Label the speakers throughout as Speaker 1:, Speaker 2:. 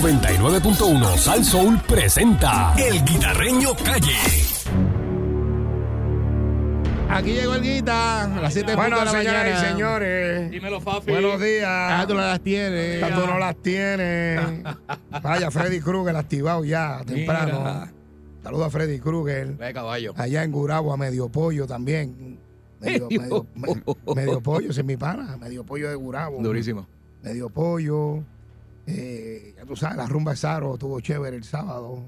Speaker 1: 99.1 Sal Soul presenta El Guitarreño Calle.
Speaker 2: Aquí llegó el guita, a las 7
Speaker 3: Bueno,
Speaker 2: este de la
Speaker 3: señoras
Speaker 2: mañana.
Speaker 3: y señores,
Speaker 4: Dímelo, Fafi.
Speaker 3: buenos
Speaker 2: Ah,
Speaker 3: días.
Speaker 2: tú no las tienes.
Speaker 3: Tú no las tienes. Vaya, Freddy Krueger activado ya, temprano.
Speaker 4: Mira.
Speaker 3: Saludos a Freddy Krueger.
Speaker 4: Ve, caballo.
Speaker 3: Allá en Gurabo, a Medio Pollo también. Medio, medio, me- medio Pollo, ese es mi pana. Medio Pollo de Gurabo.
Speaker 4: Durísimo.
Speaker 3: Medio Pollo. Eh, ya tú sabes, la rumba de Saro estuvo chévere el sábado.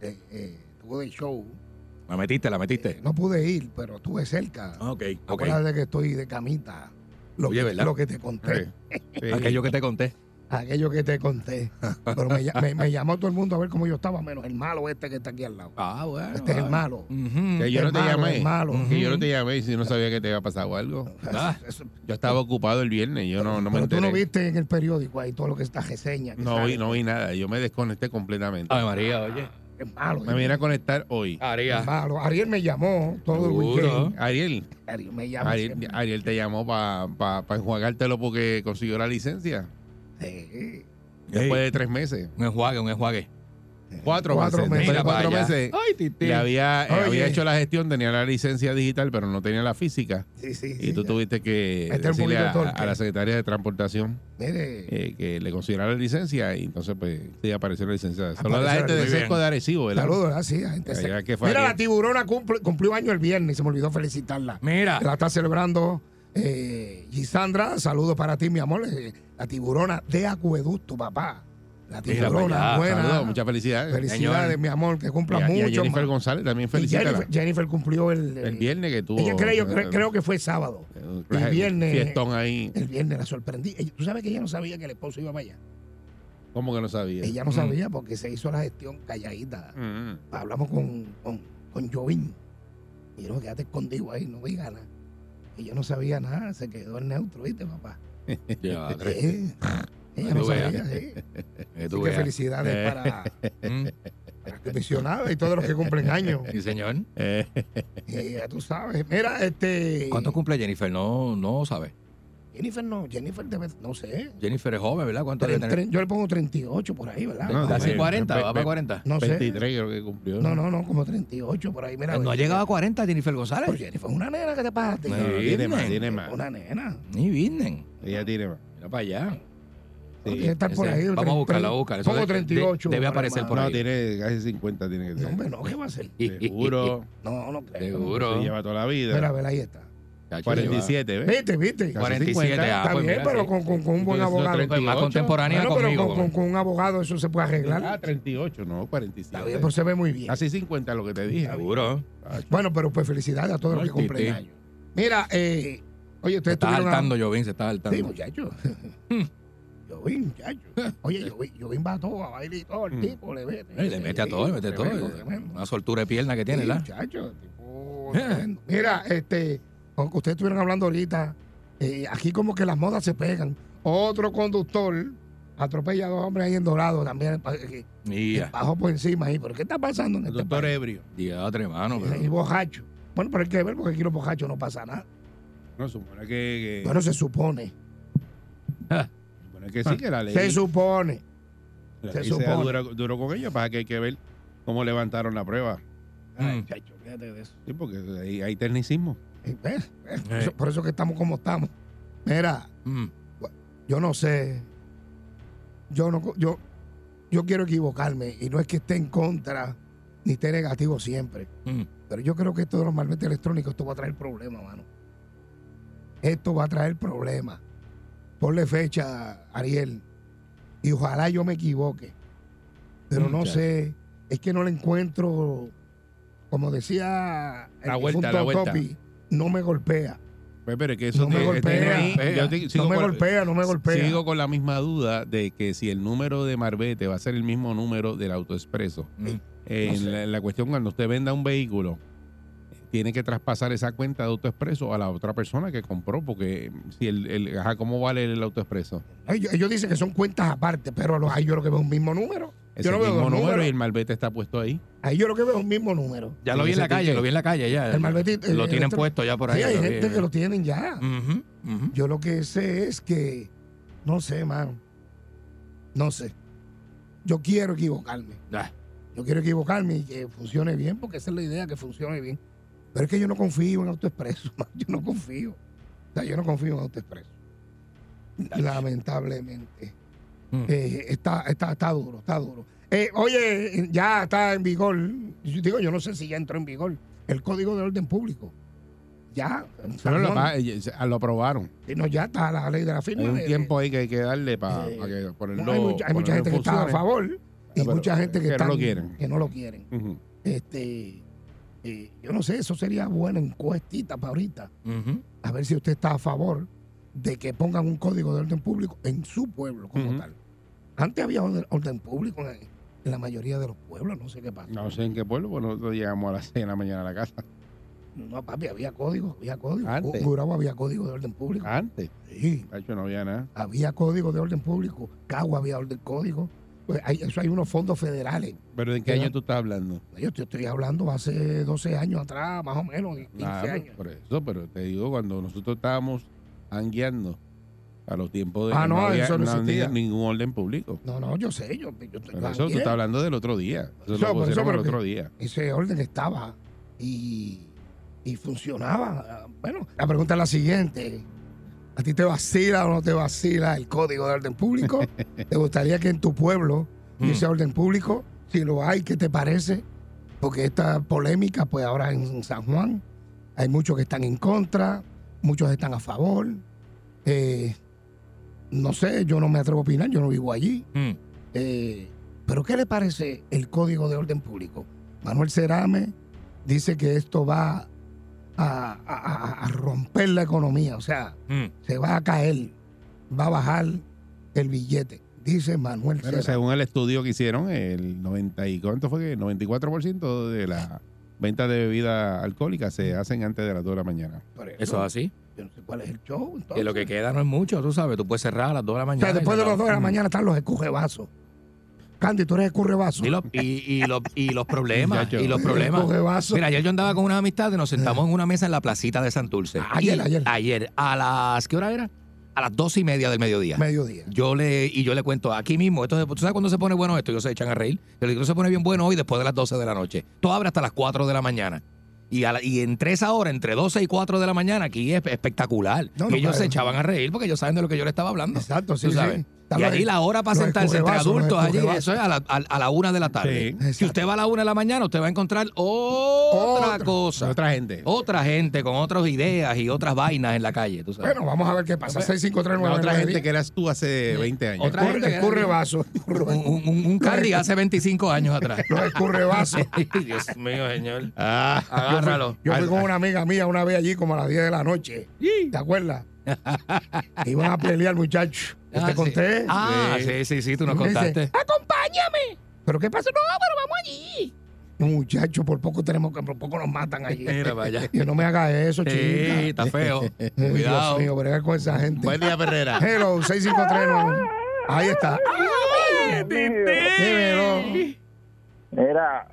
Speaker 3: Eh, eh, estuvo de show. Eh,
Speaker 4: La metiste, la metiste.
Speaker 3: No pude ir, pero estuve cerca.
Speaker 4: Ah, Ok, ok.
Speaker 3: Acuérdate que estoy de camita. Lo,
Speaker 4: Oye,
Speaker 3: que,
Speaker 4: ¿verdad?
Speaker 3: lo que te conté.
Speaker 4: Sí. Aquello que te conté.
Speaker 3: Aquello que te conté. Pero me, ll- me- me llamó todo el mundo a ver cómo yo estaba, menos el malo este que está aquí al lado.
Speaker 4: Ah, bueno.
Speaker 3: Este es el
Speaker 2: Mm.
Speaker 3: malo.
Speaker 4: Ujú.
Speaker 2: Que yo no te
Speaker 3: Hermano,
Speaker 2: llamé.
Speaker 3: hermano.
Speaker 2: Que yo no te llamé y si no sabía que te había pasado algo.
Speaker 4: Ah,
Speaker 3: Eso-
Speaker 2: Yo estaba ocupado el viernes, yo no, no me
Speaker 3: pero tú
Speaker 2: enteré.
Speaker 3: no viste en el periódico ahí todo lo que está reseña. que
Speaker 2: No
Speaker 3: sale.
Speaker 2: vi, no vi nada. Yo me desconecté completamente.
Speaker 4: Ave María, oye.
Speaker 3: Es malo.
Speaker 2: Me
Speaker 3: es
Speaker 2: vine a conectar hoy.
Speaker 4: María.
Speaker 3: malo. Ariel me llamó todo el
Speaker 4: Seguro.
Speaker 3: weekend.
Speaker 2: Ariel,
Speaker 3: Ariel me llamó.
Speaker 2: Ariel, Ariel te llamó para pa, pa enjuagártelo porque consiguió la licencia.
Speaker 3: Sí.
Speaker 2: Después de tres meses.
Speaker 4: Un enjuague, un enjuague.
Speaker 2: Cuatro,
Speaker 3: Cuatro
Speaker 2: meses. Después
Speaker 3: meses.
Speaker 2: de
Speaker 4: Mira para
Speaker 2: cuatro
Speaker 4: allá.
Speaker 2: meses.
Speaker 4: Ay, titi.
Speaker 2: Le había, eh,
Speaker 3: Oye.
Speaker 2: había hecho la gestión, tenía la licencia digital, pero no tenía la física.
Speaker 3: Sí, sí,
Speaker 2: Y
Speaker 3: sí.
Speaker 2: tú tuviste que
Speaker 3: Meter un
Speaker 2: decirle
Speaker 3: poquito de
Speaker 2: a,
Speaker 3: torque.
Speaker 2: a la secretaria de Transportación
Speaker 3: Mire,
Speaker 2: eh, que le consiguiera la licencia y entonces pues sí apareció la licencia. Solo
Speaker 3: Apareció
Speaker 2: la
Speaker 3: la
Speaker 2: gente de
Speaker 4: licencia.
Speaker 2: Sesco de Arecibo, ¿verdad?
Speaker 3: saludos. ah, sí, la gente se-
Speaker 2: Allá que fue
Speaker 3: Mira, la
Speaker 2: Ariel.
Speaker 3: tiburona cumple- cumplió año el viernes y se me olvidó felicitarla.
Speaker 4: Mira.
Speaker 3: que la está celebrando eh, Gisandra. Saludos para ti, mi amor. Eh, La tiburona de Acueducto, papá. La
Speaker 4: Mira
Speaker 3: tiburona
Speaker 4: para allá,
Speaker 3: buena.
Speaker 2: pues Saludos, muchas felicidades.
Speaker 3: Felicidades,
Speaker 4: señor.
Speaker 3: mi amor, que
Speaker 2: Y a,
Speaker 3: cumpla
Speaker 2: y a
Speaker 3: mucho.
Speaker 2: Jennifer
Speaker 3: más.
Speaker 2: González también
Speaker 3: Y
Speaker 2: felicítala.
Speaker 3: Jennifer, Jennifer cumplió el,
Speaker 2: El viernes que tuvo.
Speaker 3: Ella cree, yo cre- creo que fue sábado.
Speaker 2: el
Speaker 3: el viernes-
Speaker 2: Fiestón ahí.
Speaker 3: El viernes la sorprendí. Ella- Tú sabes que ella no sabía que el esposo iba para allá.
Speaker 2: ¿Cómo que no sabía?
Speaker 3: Ella no
Speaker 4: Mm.
Speaker 3: sabía porque se hizo la gestión calladita.
Speaker 2: Mm.
Speaker 3: Hablamos con, con, con Jovín. Y no, quédate escondido ahí, no digas nada. Ella no sabía nada, se quedó en neutro, ¿viste, papá?
Speaker 4: Ya, tres.
Speaker 3: Sí. Ella
Speaker 4: Tú
Speaker 3: no sabía,
Speaker 4: veas.
Speaker 3: sí.
Speaker 2: Eh,
Speaker 4: Que
Speaker 3: Así
Speaker 4: tú
Speaker 3: que
Speaker 4: veas.
Speaker 3: felicidades para,
Speaker 4: Mm,
Speaker 3: para peticionados y todos los que cumplen años.
Speaker 4: Sí, señor.
Speaker 2: Eh,
Speaker 3: Eh, ya tú sabes. Mira, este.
Speaker 4: ¿Cuánto cumple Jennifer? No, no sabe.
Speaker 3: Jennifer no, Jennifer debe, no sé.
Speaker 4: Jennifer es joven, ¿verdad? ¿Cuánto debe
Speaker 3: Tre-
Speaker 4: tener?
Speaker 3: tre- yo le pongo 38 por ahí, ¿verdad?
Speaker 2: No,
Speaker 4: Casi
Speaker 2: Ve-
Speaker 4: 40,
Speaker 2: ve-
Speaker 4: va
Speaker 2: ve-
Speaker 4: para 40.
Speaker 3: No sé.
Speaker 2: 23 creo que cumplió.
Speaker 3: No, no, no, como 38 por ahí. Mira,
Speaker 4: Eh, No ha
Speaker 3: ve-
Speaker 4: llegado a 40 Jennifer
Speaker 3: Pero
Speaker 4: González.
Speaker 3: Jennifer es una nena que te pasaste.
Speaker 2: No, no, tiene más, tiene más.
Speaker 3: Una nena.
Speaker 4: Ni vienen.
Speaker 2: Ella tiene más.
Speaker 4: Mira para allá.
Speaker 3: No, tiene que estar por
Speaker 4: Ese-
Speaker 3: ahí.
Speaker 4: Vamos a
Speaker 3: tre-
Speaker 4: buscarla,
Speaker 3: tre-
Speaker 4: vamos a buscarla. Eso
Speaker 3: Pongo
Speaker 4: de- de-
Speaker 3: 38.
Speaker 4: debe
Speaker 3: por ahí
Speaker 4: aparecer
Speaker 3: más.
Speaker 4: por
Speaker 2: No,
Speaker 4: ahí.
Speaker 2: tiene casi 50, tiene que
Speaker 3: No,
Speaker 2: tener.
Speaker 3: hombre, no, ¿qué va a ser?
Speaker 2: Seguro.
Speaker 3: No, no creo.
Speaker 2: Se
Speaker 4: Seguro.
Speaker 2: lleva toda la vida.
Speaker 3: Mira, a ver, ahí está.
Speaker 4: Chacho,
Speaker 2: 47, ¿ves?
Speaker 3: Viste, viste.
Speaker 2: Casi
Speaker 4: 47
Speaker 2: 50.
Speaker 4: ah,
Speaker 3: está
Speaker 4: pues
Speaker 3: bien,
Speaker 4: mira,
Speaker 3: pero
Speaker 4: sí.
Speaker 3: con, con- con un
Speaker 2: Entonces,
Speaker 3: buen
Speaker 2: no,
Speaker 3: abogado.
Speaker 2: treinta
Speaker 4: Pues más
Speaker 2: 38.
Speaker 4: contemporánea
Speaker 3: Bueno, pero
Speaker 4: conmigo.
Speaker 3: con, con- con un abogado eso se puede
Speaker 2: Ah,
Speaker 3: arreglar.
Speaker 2: 38, no, 47.
Speaker 3: Está bien, pero se ve muy bien.
Speaker 2: Casi 50 lo que te dije.
Speaker 4: Seguro.
Speaker 3: Bueno, pero pues felicidades a todos los que
Speaker 2: Martí,
Speaker 3: cumplen
Speaker 4: sí.
Speaker 3: años. Mira, eh, oye,
Speaker 4: Se
Speaker 3: ustedes
Speaker 4: está
Speaker 3: tuvieron... a-
Speaker 4: saltando, Jovín, se está
Speaker 3: Sí, pues,
Speaker 4: saltando.
Speaker 3: muchachos.
Speaker 4: Hmm.
Speaker 3: Jovín, muchachos. Oye, Jovín, Jovín va a todo, a bailar y todo, el
Speaker 2: Mm.
Speaker 3: tipo le mete.
Speaker 4: Hmm. Le mete a todo, le mete a todo.
Speaker 3: Tremendo, pues, tremendo.
Speaker 4: Una soltura de pierna que tiene,
Speaker 3: Sí,
Speaker 4: ¿la?
Speaker 3: muchacho, tipo
Speaker 4: Yeah.
Speaker 3: tremendo. Mira, este, lo que ustedes estuvieron hablando ahorita, eh, aquí como que las modas se pegan. Otro conductor atropella a dos hombres ahí en Dorado también, pa- que- que
Speaker 4: Mira,
Speaker 3: bajó por encima ahí. ¿Pero qué está pasando en este
Speaker 2: Doctor
Speaker 3: país?
Speaker 2: ebrio.
Speaker 4: diadre, hermano.
Speaker 3: Y ahí bojacho. Bueno, pero hay que ver porque aquí los bojachos no pasa nada.
Speaker 2: No, supone que, que-
Speaker 3: Bueno, se supone.
Speaker 2: supone que sí, que la ley.
Speaker 3: Se supone.
Speaker 2: la
Speaker 3: se
Speaker 2: ley sea
Speaker 3: supone.
Speaker 2: dura- duro con ellos, para que hay que ver cómo levantaron la prueba.
Speaker 3: Ay,
Speaker 4: Mm.
Speaker 3: chacho, fíjate de eso.
Speaker 2: Sí, porque ahí hay tecnicismo.
Speaker 3: Eh, ¿ves? ¿ves? Por
Speaker 4: Eh.
Speaker 3: eso- Por eso que estamos como estamos. Mira,
Speaker 4: Mm.
Speaker 3: yo no sé. Yo no yo, yo quiero equivocarme. Y no es que esté en contra ni esté negativo siempre.
Speaker 4: Mm.
Speaker 3: Pero yo creo que esto de los malvete electrónicos, esto va a traer problemas, mano. Esto va a traer problemas. Ponle fecha, Ariel. Y ojalá yo me equivoque. Pero no
Speaker 4: Muchacho.
Speaker 3: sé, es que no le encuentro, como decía el
Speaker 2: La vuelta,
Speaker 3: difunto
Speaker 2: la vuelta.
Speaker 3: Topi, no me golpea.
Speaker 2: Pues, pero es que eso
Speaker 3: No me
Speaker 2: tiene-
Speaker 3: golpea.
Speaker 2: tiene ahí-
Speaker 4: Golpea.
Speaker 2: yo te- sigo
Speaker 3: no me
Speaker 2: con-
Speaker 3: golpea, no me golpea.
Speaker 2: Sigo con la misma duda de que si el número de Marbete va a ser el mismo número del autoexpreso.
Speaker 4: Mm.
Speaker 2: Eh,
Speaker 3: No
Speaker 2: en,
Speaker 3: sé.
Speaker 2: la, en la cuestión, cuando usted venda un vehículo, tiene que traspasar esa cuenta de autoexpreso a la otra persona que compró, porque si el, el ajá, ¿cómo vale el autoexpreso?
Speaker 3: Ellos, ellos dicen que son cuentas aparte, pero los- ahí yo lo que veo es un mismo número.
Speaker 2: Es
Speaker 3: Yo
Speaker 2: el
Speaker 3: no veo
Speaker 2: mismo
Speaker 3: dos
Speaker 2: número y
Speaker 3: números.
Speaker 2: el malvete está puesto ahí.
Speaker 3: Ahí yo lo que veo es un mismo número.
Speaker 4: Ya lo vi en la calle, lo vi en la calle ya.
Speaker 3: El malvetito,
Speaker 4: Lo
Speaker 3: el
Speaker 4: tienen
Speaker 3: otro-
Speaker 4: puesto ya por ahí.
Speaker 3: sí, hay
Speaker 4: lo vi.
Speaker 3: gente que lo tienen ya.
Speaker 4: Ujú, ujú.
Speaker 3: Yo lo que sé es que, no sé, mano. No sé. yo quiero equivocarme.
Speaker 4: Ah,
Speaker 3: Yo quiero equivocarme y que funcione bien, porque esa es la idea, que funcione bien. Pero es que yo no confío en AutoExpreso, man, yo no confío. O sea, yo no confío en AutoExpreso. Lamentablemente.
Speaker 4: Mm.
Speaker 3: Eh, está, está, está duro, está duro. Eh, oye, ya está en vigor. Yo digo, yo no sé si ya entró en vigor el Código de Orden Público. Ya.
Speaker 2: Pero lo,
Speaker 3: perdón,
Speaker 2: va- eh, se- ah, lo aprobaron.
Speaker 3: Eh, no, ya está la ley de la firma.
Speaker 2: Hay un
Speaker 3: de-
Speaker 2: tiempo ahí que hay que darle para
Speaker 3: eh,
Speaker 2: que
Speaker 3: de-
Speaker 2: ponerlo.
Speaker 3: hay mucha, hay mucha
Speaker 2: ponerlo en
Speaker 3: gente que está a
Speaker 2: funciones.
Speaker 3: favor y
Speaker 2: Ah, pero
Speaker 3: mucha gente que,
Speaker 2: que no
Speaker 3: están-
Speaker 2: lo quieren.
Speaker 3: que no lo quieren.
Speaker 2: Ujú.
Speaker 3: Este, eh, yo no sé, eso sería buena encuestita para ahorita.
Speaker 4: ujú.
Speaker 3: A ver si usted está a favor de que pongan un código de orden público en su pueblo como
Speaker 2: Ujú.
Speaker 3: tal. Antes había orden, orden público en, en la mayoría de los pueblos, no sé qué pasa.
Speaker 2: No sé en qué pueblo, pues nosotros llegamos a las 6 de la mañana a la casa.
Speaker 3: No, papi, había código, había código.
Speaker 2: Antes. Ah.
Speaker 3: Gu- Gurabo había código de orden público.
Speaker 2: Antes,
Speaker 3: Sí,
Speaker 2: Tacho, no había nada.
Speaker 3: había código de orden público. Cagua había orden código. Pues hay, eso hay unos fondos federales.
Speaker 2: ¿Pero de qué
Speaker 3: ¿Verdad?
Speaker 2: año tú estás hablando?
Speaker 3: Yo te estoy hablando hace 12 años atrás, más o menos, 15
Speaker 2: Nada,
Speaker 3: años.
Speaker 2: por eso, pero te digo, cuando nosotros estábamos anguiando a los tiempos de.
Speaker 3: Ah, no,
Speaker 2: había,
Speaker 3: eso no
Speaker 2: había
Speaker 3: existía.
Speaker 2: ningún orden público.
Speaker 3: No, no, yo sé, yo, yo estoy
Speaker 2: Pero eso tú
Speaker 3: tranquilo.
Speaker 2: estás hablando del otro día. Eso
Speaker 3: Eso,
Speaker 2: lo
Speaker 3: por eso,
Speaker 2: pusieron el
Speaker 3: pero que-
Speaker 2: otro día.
Speaker 3: Ese orden estaba y, y funcionaba. Ah, Bueno, la pregunta es la siguiente. ¿A ti te vacila o no te vacila el código de orden público? ¿Te gustaría que en tu pueblo hubiese orden público? Si lo hay, ¿qué te parece? Porque esta polémica, pues ahora en San Juan, hay muchos que están en contra, muchos están a favor. Eh, no sé, yo no me atrevo a opinar, yo no vivo allí.
Speaker 4: Mm.
Speaker 3: Eh, Pero ¿qué le parece el Código de Orden Público? Manuel Cerame dice que esto va a, a- a- a romper la economía, o sea,
Speaker 4: Mm.
Speaker 3: se va a caer, va a bajar el billete, dice Manuel
Speaker 2: Pero
Speaker 3: Cerame.
Speaker 2: según el estudio que hicieron, el 90 y cuánto fue que 94% de la venta de bebida alcohólica se hacen antes de las 2 de la mañana.
Speaker 3: Por eso,
Speaker 4: Eso es así.
Speaker 3: yo no sé cuál es el show.
Speaker 4: Que lo que
Speaker 3: entonces.
Speaker 4: queda no es mucho, tú sabes. Tú puedes cerrar a las 2 de la
Speaker 3: o
Speaker 4: mañana.
Speaker 3: sea, después
Speaker 4: y
Speaker 3: de las
Speaker 4: cerrar.
Speaker 3: 2 de la
Speaker 4: Mm.
Speaker 3: mañana están los escurrebazos. Candy, tú eres escurrebazo.
Speaker 4: Y los, y, y los, y los problemas.
Speaker 2: Muchacho.
Speaker 4: y los problemas.
Speaker 3: Escurrebazo.
Speaker 4: Mira, ayer yo andaba con unas amistades, nos sentamos en una mesa en la placita de Santurce.
Speaker 3: Ayer,
Speaker 4: Y
Speaker 3: ayer.
Speaker 4: Ayer, a las, ¿qué hora era? A las dos y media del mediodía.
Speaker 3: Mediodía.
Speaker 4: Yo le, y yo le cuento aquí mismo, esto, se- ¿tú sabes cuándo se pone bueno esto? Yo se echan a reír. Yo le digo, se pone bien bueno hoy después de las 12 de la noche. Todo abre hasta las 4 de la mañana. Y, a la- y entre esa hora, entre 12 y 4 de la mañana, aquí es espectacular.
Speaker 3: No,
Speaker 4: Y
Speaker 3: no,
Speaker 4: ellos
Speaker 3: claro.
Speaker 4: se echaban a reír porque ellos saben de lo que yo le estaba hablando.
Speaker 3: Exacto, sí,
Speaker 4: Tú sabes.
Speaker 3: sí. Están
Speaker 4: Y
Speaker 3: los-
Speaker 4: allí la hora para
Speaker 3: los
Speaker 4: sentarse entre
Speaker 3: escurrebazos, los
Speaker 4: adultos allí,
Speaker 3: escurrebazos.
Speaker 4: eso es a la, a- a la una de la tarde.
Speaker 2: Sí.
Speaker 4: Si
Speaker 3: Exacto.
Speaker 4: usted va a la una de la mañana, usted va a encontrar otra,
Speaker 3: Otra.
Speaker 4: cosa. Otra.
Speaker 2: Otra gente.
Speaker 4: gente con otras ideas y otras vainas en la calle, tú sabes.
Speaker 3: Bueno, vamos a ver qué pasa. 6539910.
Speaker 2: La otra gente que eras tú hace 20 años.
Speaker 4: Otra gente que-
Speaker 3: escurre vaso. pues,
Speaker 4: un, un, un Cardi hace 25 años atrás.
Speaker 3: Los escurrebazos.
Speaker 4: Dios mío, señor.
Speaker 2: Ah,
Speaker 4: Agárralo.
Speaker 3: Yo fui con una amiga mía una vez allí como a las 10 de la noche. ¿Te acuerdas? Iban a pelear, muchachos. Yo
Speaker 4: Ah,
Speaker 3: te
Speaker 4: sí.
Speaker 3: conté.
Speaker 4: Ah, sí, sí, sí, tú nos contaste.
Speaker 3: Acompáñame. ¿Pero qué pasó? No, pero vamos allí. Muchachos, por poco tenemos que, por poco nos matan allí.
Speaker 4: Mira, vaya.
Speaker 3: Que no me hagas eso, chica.
Speaker 4: Sí, está feo.
Speaker 3: Ay,
Speaker 4: Cuidado.
Speaker 3: Dios mío, bregar con esa gente.
Speaker 2: Buen día, Perrera.
Speaker 3: Hello, 653. Ahí está. Dímelo.
Speaker 5: Mira,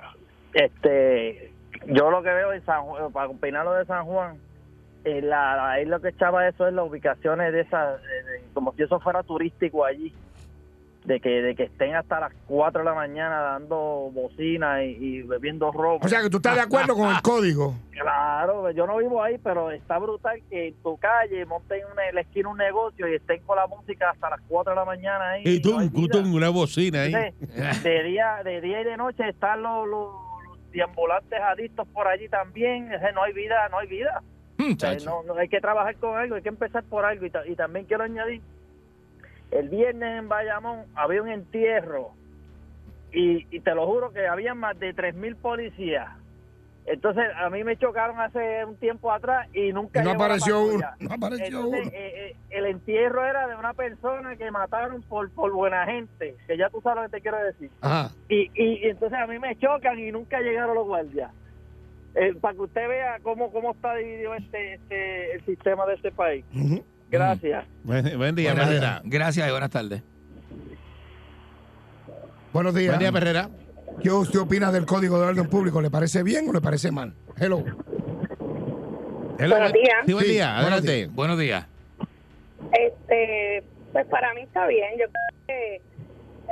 Speaker 5: este, yo lo que veo en San Juan, para opinar lo de San Juan, eh, la, la- ahí lo que echaba eso es las ubicaciones de esas, eh, de- como si eso fuera turístico allí, de que, de que estén hasta las 4 de la mañana dando bocina y, y bebiendo robo.
Speaker 3: O sea que tú estás de acuerdo con el código.
Speaker 5: Claro, yo no vivo ahí, pero está brutal que en tu calle monten una, en la esquina un negocio y estén con la música hasta las 4 de la mañana ahí.
Speaker 2: Y tú,
Speaker 5: no hay
Speaker 2: tú,
Speaker 5: vida.
Speaker 2: tú, una bocina ahí.
Speaker 5: Entonces, de día, de día y de noche están los, los, los deambulantes adictos por allí también. O sea, no hay vida, no hay vida. O sea,
Speaker 4: Muchacho.
Speaker 5: no, no, hay que trabajar con algo, hay que empezar por algo. Y, ta- y también quiero añadir, el viernes en Bayamón había un entierro y, y te lo juro que había más de 3.000 policías. Entonces a mí me chocaron hace un tiempo atrás y nunca...
Speaker 3: Y no
Speaker 5: llegó la
Speaker 3: apareció uno.
Speaker 5: patrulla.
Speaker 3: No apareció
Speaker 5: Entonces,
Speaker 3: Pues uno.
Speaker 5: eh, eh, el entierro era de una persona que mataron por, por buena gente, que ya tú sabes lo que te quiero decir.
Speaker 3: Ajá.
Speaker 5: Y, y, y entonces a mí me chocan y nunca llegaron los guardias. Eh, para que usted vea cómo, cómo está dividido este, este, el sistema de este país.
Speaker 3: Ujú.
Speaker 5: Gracias.
Speaker 2: Buen, buen día,
Speaker 4: Buenas-
Speaker 2: Perrera.
Speaker 4: Gracias y buenas tardes.
Speaker 3: Buenos días.
Speaker 2: Buen día, Perrera.
Speaker 3: ¿Qué usted opina del código de orden público? ¿Le parece bien o le parece mal? Hello.
Speaker 2: Hello, buen-
Speaker 6: Buenos días.
Speaker 2: Sí, buen
Speaker 3: Sí,
Speaker 2: día.
Speaker 3: buenos
Speaker 2: Adelante.
Speaker 4: Buenos días.
Speaker 6: Este, pues para mí está bien. Yo creo que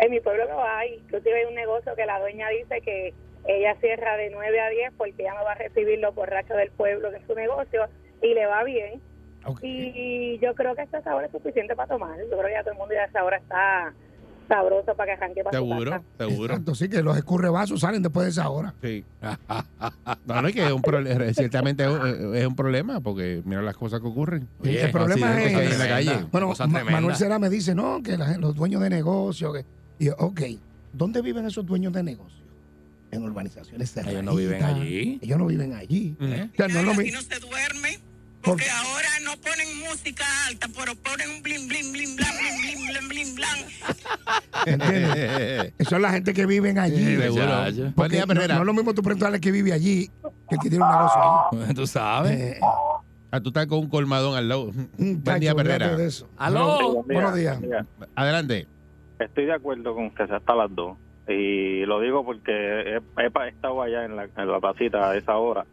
Speaker 6: En mi pueblo no hay. Inclusive hay un negocio que la dueña dice que ella cierra de 9 a 10 porque ya no va a recibir los borrachos del pueblo, que es su negocio, y le va bien.
Speaker 3: Ok.
Speaker 6: Y yo creo que esta hora es suficiente para tomar. Yo creo que ya todo el mundo ya a esa hora está sabroso para que arranque para su
Speaker 2: Seguro,
Speaker 6: casa.
Speaker 2: seguro.
Speaker 3: Exacto, sí, que los escurrebazos salen después de esa hora.
Speaker 2: Sí. No, no, es que es un problema. Ciertamente es un- eh, es un problema porque mira las cosas que ocurren.
Speaker 4: Oye,
Speaker 3: el problema
Speaker 4: accidentes que hay
Speaker 3: es-
Speaker 4: en la calle.
Speaker 3: Bueno,
Speaker 4: Cosa
Speaker 3: Ma-
Speaker 4: tremenda.
Speaker 3: Manuel Será me dice, no, que la- los dueños de negocios. que- Y yo, ok, ¿dónde viven esos dueños de negocios? En urbanizaciones cerradas.
Speaker 4: Ellos no viven allí.
Speaker 3: Ellos no viven allí.
Speaker 2: Mm.
Speaker 3: O sea, no es lo
Speaker 7: Así
Speaker 3: mi-
Speaker 7: no se duerme.
Speaker 3: ¿Por
Speaker 7: Porque
Speaker 3: qué?
Speaker 7: ahora no ponen música alta, pero ponen un blin, blin, blin, blan, blin, blin, blin, blin, blan.
Speaker 3: ¿entiendes? Eso es la gente que viven allí.
Speaker 2: Seguro.
Speaker 4: muchacho.
Speaker 2: Buen
Speaker 3: Porque
Speaker 2: día,
Speaker 3: no,
Speaker 2: Perrera.
Speaker 3: no es lo mismo tú preguntarle que vive allí que el que tiene un negocio allí.
Speaker 4: Tú sabes.
Speaker 3: Eh,
Speaker 2: Ah, tú estás con un colmadón al lado.
Speaker 3: mm,
Speaker 2: Buen día,
Speaker 3: chacho, olvídate de
Speaker 2: Perrera.
Speaker 3: eso.
Speaker 4: ¡Aló!
Speaker 8: Buen día,
Speaker 3: Buenos días.
Speaker 8: buen día.
Speaker 2: Adelante.
Speaker 8: Estoy de acuerdo con que se hasta las dos. Y lo digo porque he, he pa- he estado allá en la, en la placita a esa hora.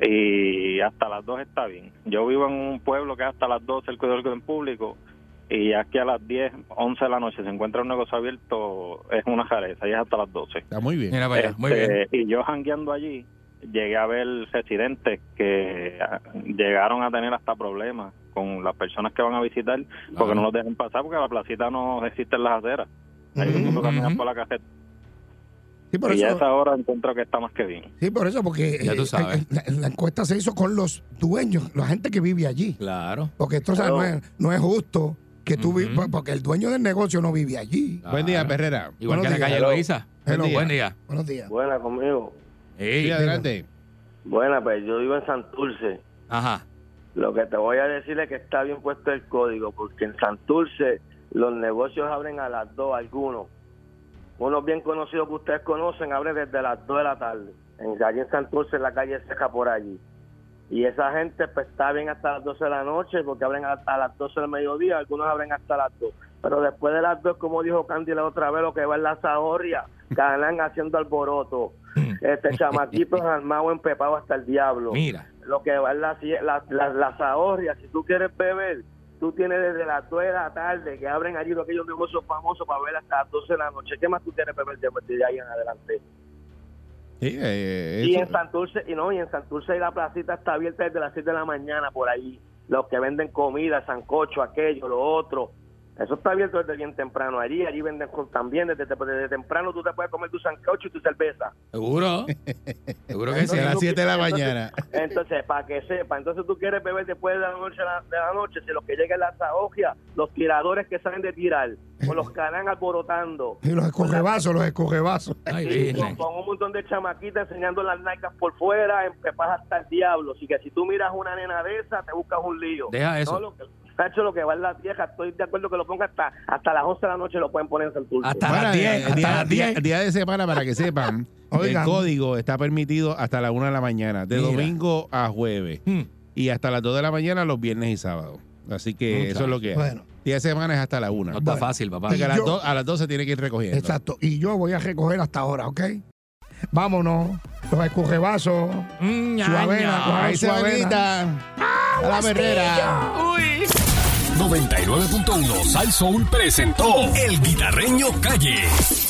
Speaker 8: Y hasta las dos está bien. Yo vivo en un pueblo que es hasta las dos el cuidado del orden público. Y aquí a las 10, 11 de la noche se encuentra un negocio abierto, es una jareza, y es hasta las 12.
Speaker 2: Está muy bien.
Speaker 4: Mira para allá. Muy bien.
Speaker 8: Este, Y yo jangueando allí, llegué a ver residentes que ah, llegaron a tener hasta problemas con las personas que van a visitar porque
Speaker 4: Ah.
Speaker 8: no los dejan pasar porque la placita no existen las aceras.
Speaker 3: Mm.
Speaker 8: Ahí todo el mundo camina
Speaker 4: Ujú.
Speaker 8: por la caseta.
Speaker 3: Sí, por
Speaker 8: y ya a
Speaker 3: eso,
Speaker 8: esa hora encuentro que está más que bien.
Speaker 3: sí, por eso, porque
Speaker 4: Ya tú
Speaker 3: eh,
Speaker 4: sabes.
Speaker 3: eh, la, la encuesta se hizo con los dueños, la gente que vive allí.
Speaker 4: Claro.
Speaker 3: Porque esto o sea, no, es, no es justo que tú
Speaker 4: Ujú.
Speaker 3: vi- porque el dueño del negocio no vive allí.
Speaker 4: claro.
Speaker 2: Buen día, Perrera.
Speaker 4: Igual
Speaker 3: Buenos
Speaker 4: que en la
Speaker 3: días.
Speaker 4: calle
Speaker 3: Hello.
Speaker 4: Loiza.
Speaker 3: Hello.
Speaker 4: Buen día.
Speaker 3: Buenos días.
Speaker 9: Buena conmigo.
Speaker 2: Sí, adelante.
Speaker 9: Buena, pues yo vivo en Santurce.
Speaker 4: Ajá.
Speaker 9: Lo que te voy a decir es que está bien puesto el código, porque en Santurce los negocios abren a las 2 algunos. Unos bien conocidos que ustedes conocen abren desde las 2 de la tarde. En, allí en Santurce, en la calle Seca, por allí. Y esa gente pues está bien hasta las 12 de la noche, porque abren a, a las 12 del mediodía, algunos abren hasta las 2. Pero después de las 2, como dijo Candy la otra vez, lo que va en la zahorria, ganan haciendo alboroto. Este chamaquitos armados, empepados hasta el diablo
Speaker 4: Mira.
Speaker 9: lo que va es la, sie- la, la- las ahorrias. Si tú quieres beber, tú tienes desde las 2 de la tarde que abren allí los aquellos negocios famosos para ver hasta las 12 de la noche. ¿Qué más tú quieres beber de, de ahí en adelante?
Speaker 2: Sí, eh,
Speaker 9: Y
Speaker 2: eso-
Speaker 9: en Santurce, y no, y en Santurce la placita está abierta desde las 6 de la mañana por ahí. Los que venden comida, sancocho, aquello, lo otro. Eso está abierto desde bien temprano allí. Allí venden con- también desde, desde temprano. Tú te puedes comer tu sancocho y tu cerveza.
Speaker 4: Seguro. Seguro que sí.
Speaker 2: a las 7 de la mañana.
Speaker 9: Entonces, para que sepa, entonces tú quieres beber después de la noche, la- de la noche si lo que llega es la zahogia, los tiradores que salen de tirar, con los canán alborotando,
Speaker 3: Y los escogebazos, los escogebazos.
Speaker 4: Ay,
Speaker 9: y con,
Speaker 4: Disney.
Speaker 9: con un montón de chamaquitas enseñando las naicas por fuera, empepas hasta el diablo. Así que si tú miras una nena de esa, te buscas un lío.
Speaker 4: Deja eso.
Speaker 9: No, lo que, Tacho, lo que va en la vieja, estoy de acuerdo que lo ponga hasta, hasta las 11 de la noche, lo pueden poner en Santurce.
Speaker 4: Hasta
Speaker 2: Bueno,
Speaker 4: las
Speaker 2: eh,
Speaker 4: 10. Hasta
Speaker 2: día,
Speaker 4: las
Speaker 2: día-
Speaker 4: 10.
Speaker 2: día de semana, para que sepan, el
Speaker 3: Oigan.
Speaker 2: código está permitido hasta la 1 de la mañana, de
Speaker 4: Mira.
Speaker 2: domingo a jueves,
Speaker 4: Hmm.
Speaker 2: y hasta las 2 de la mañana los viernes y sábados. Así que
Speaker 4: Muchacho.
Speaker 2: Eh, eso es lo que es.
Speaker 3: Bueno.
Speaker 2: Día de semana es hasta la 1.
Speaker 4: No está fácil, papá.
Speaker 2: a, las
Speaker 3: yo-
Speaker 2: dos- a las 12 tiene que ir recogiendo.
Speaker 3: Exacto. Y yo voy a recoger hasta ahora, ¿ok? Vámonos. Los escogebazos.
Speaker 4: Mm,
Speaker 3: Su avena,
Speaker 4: ñaña.
Speaker 3: con
Speaker 2: Ahí se
Speaker 3: su avena.
Speaker 2: bonita. A la perrera.
Speaker 1: 99.1 Sal Soul presentó El Guitarreño Calle.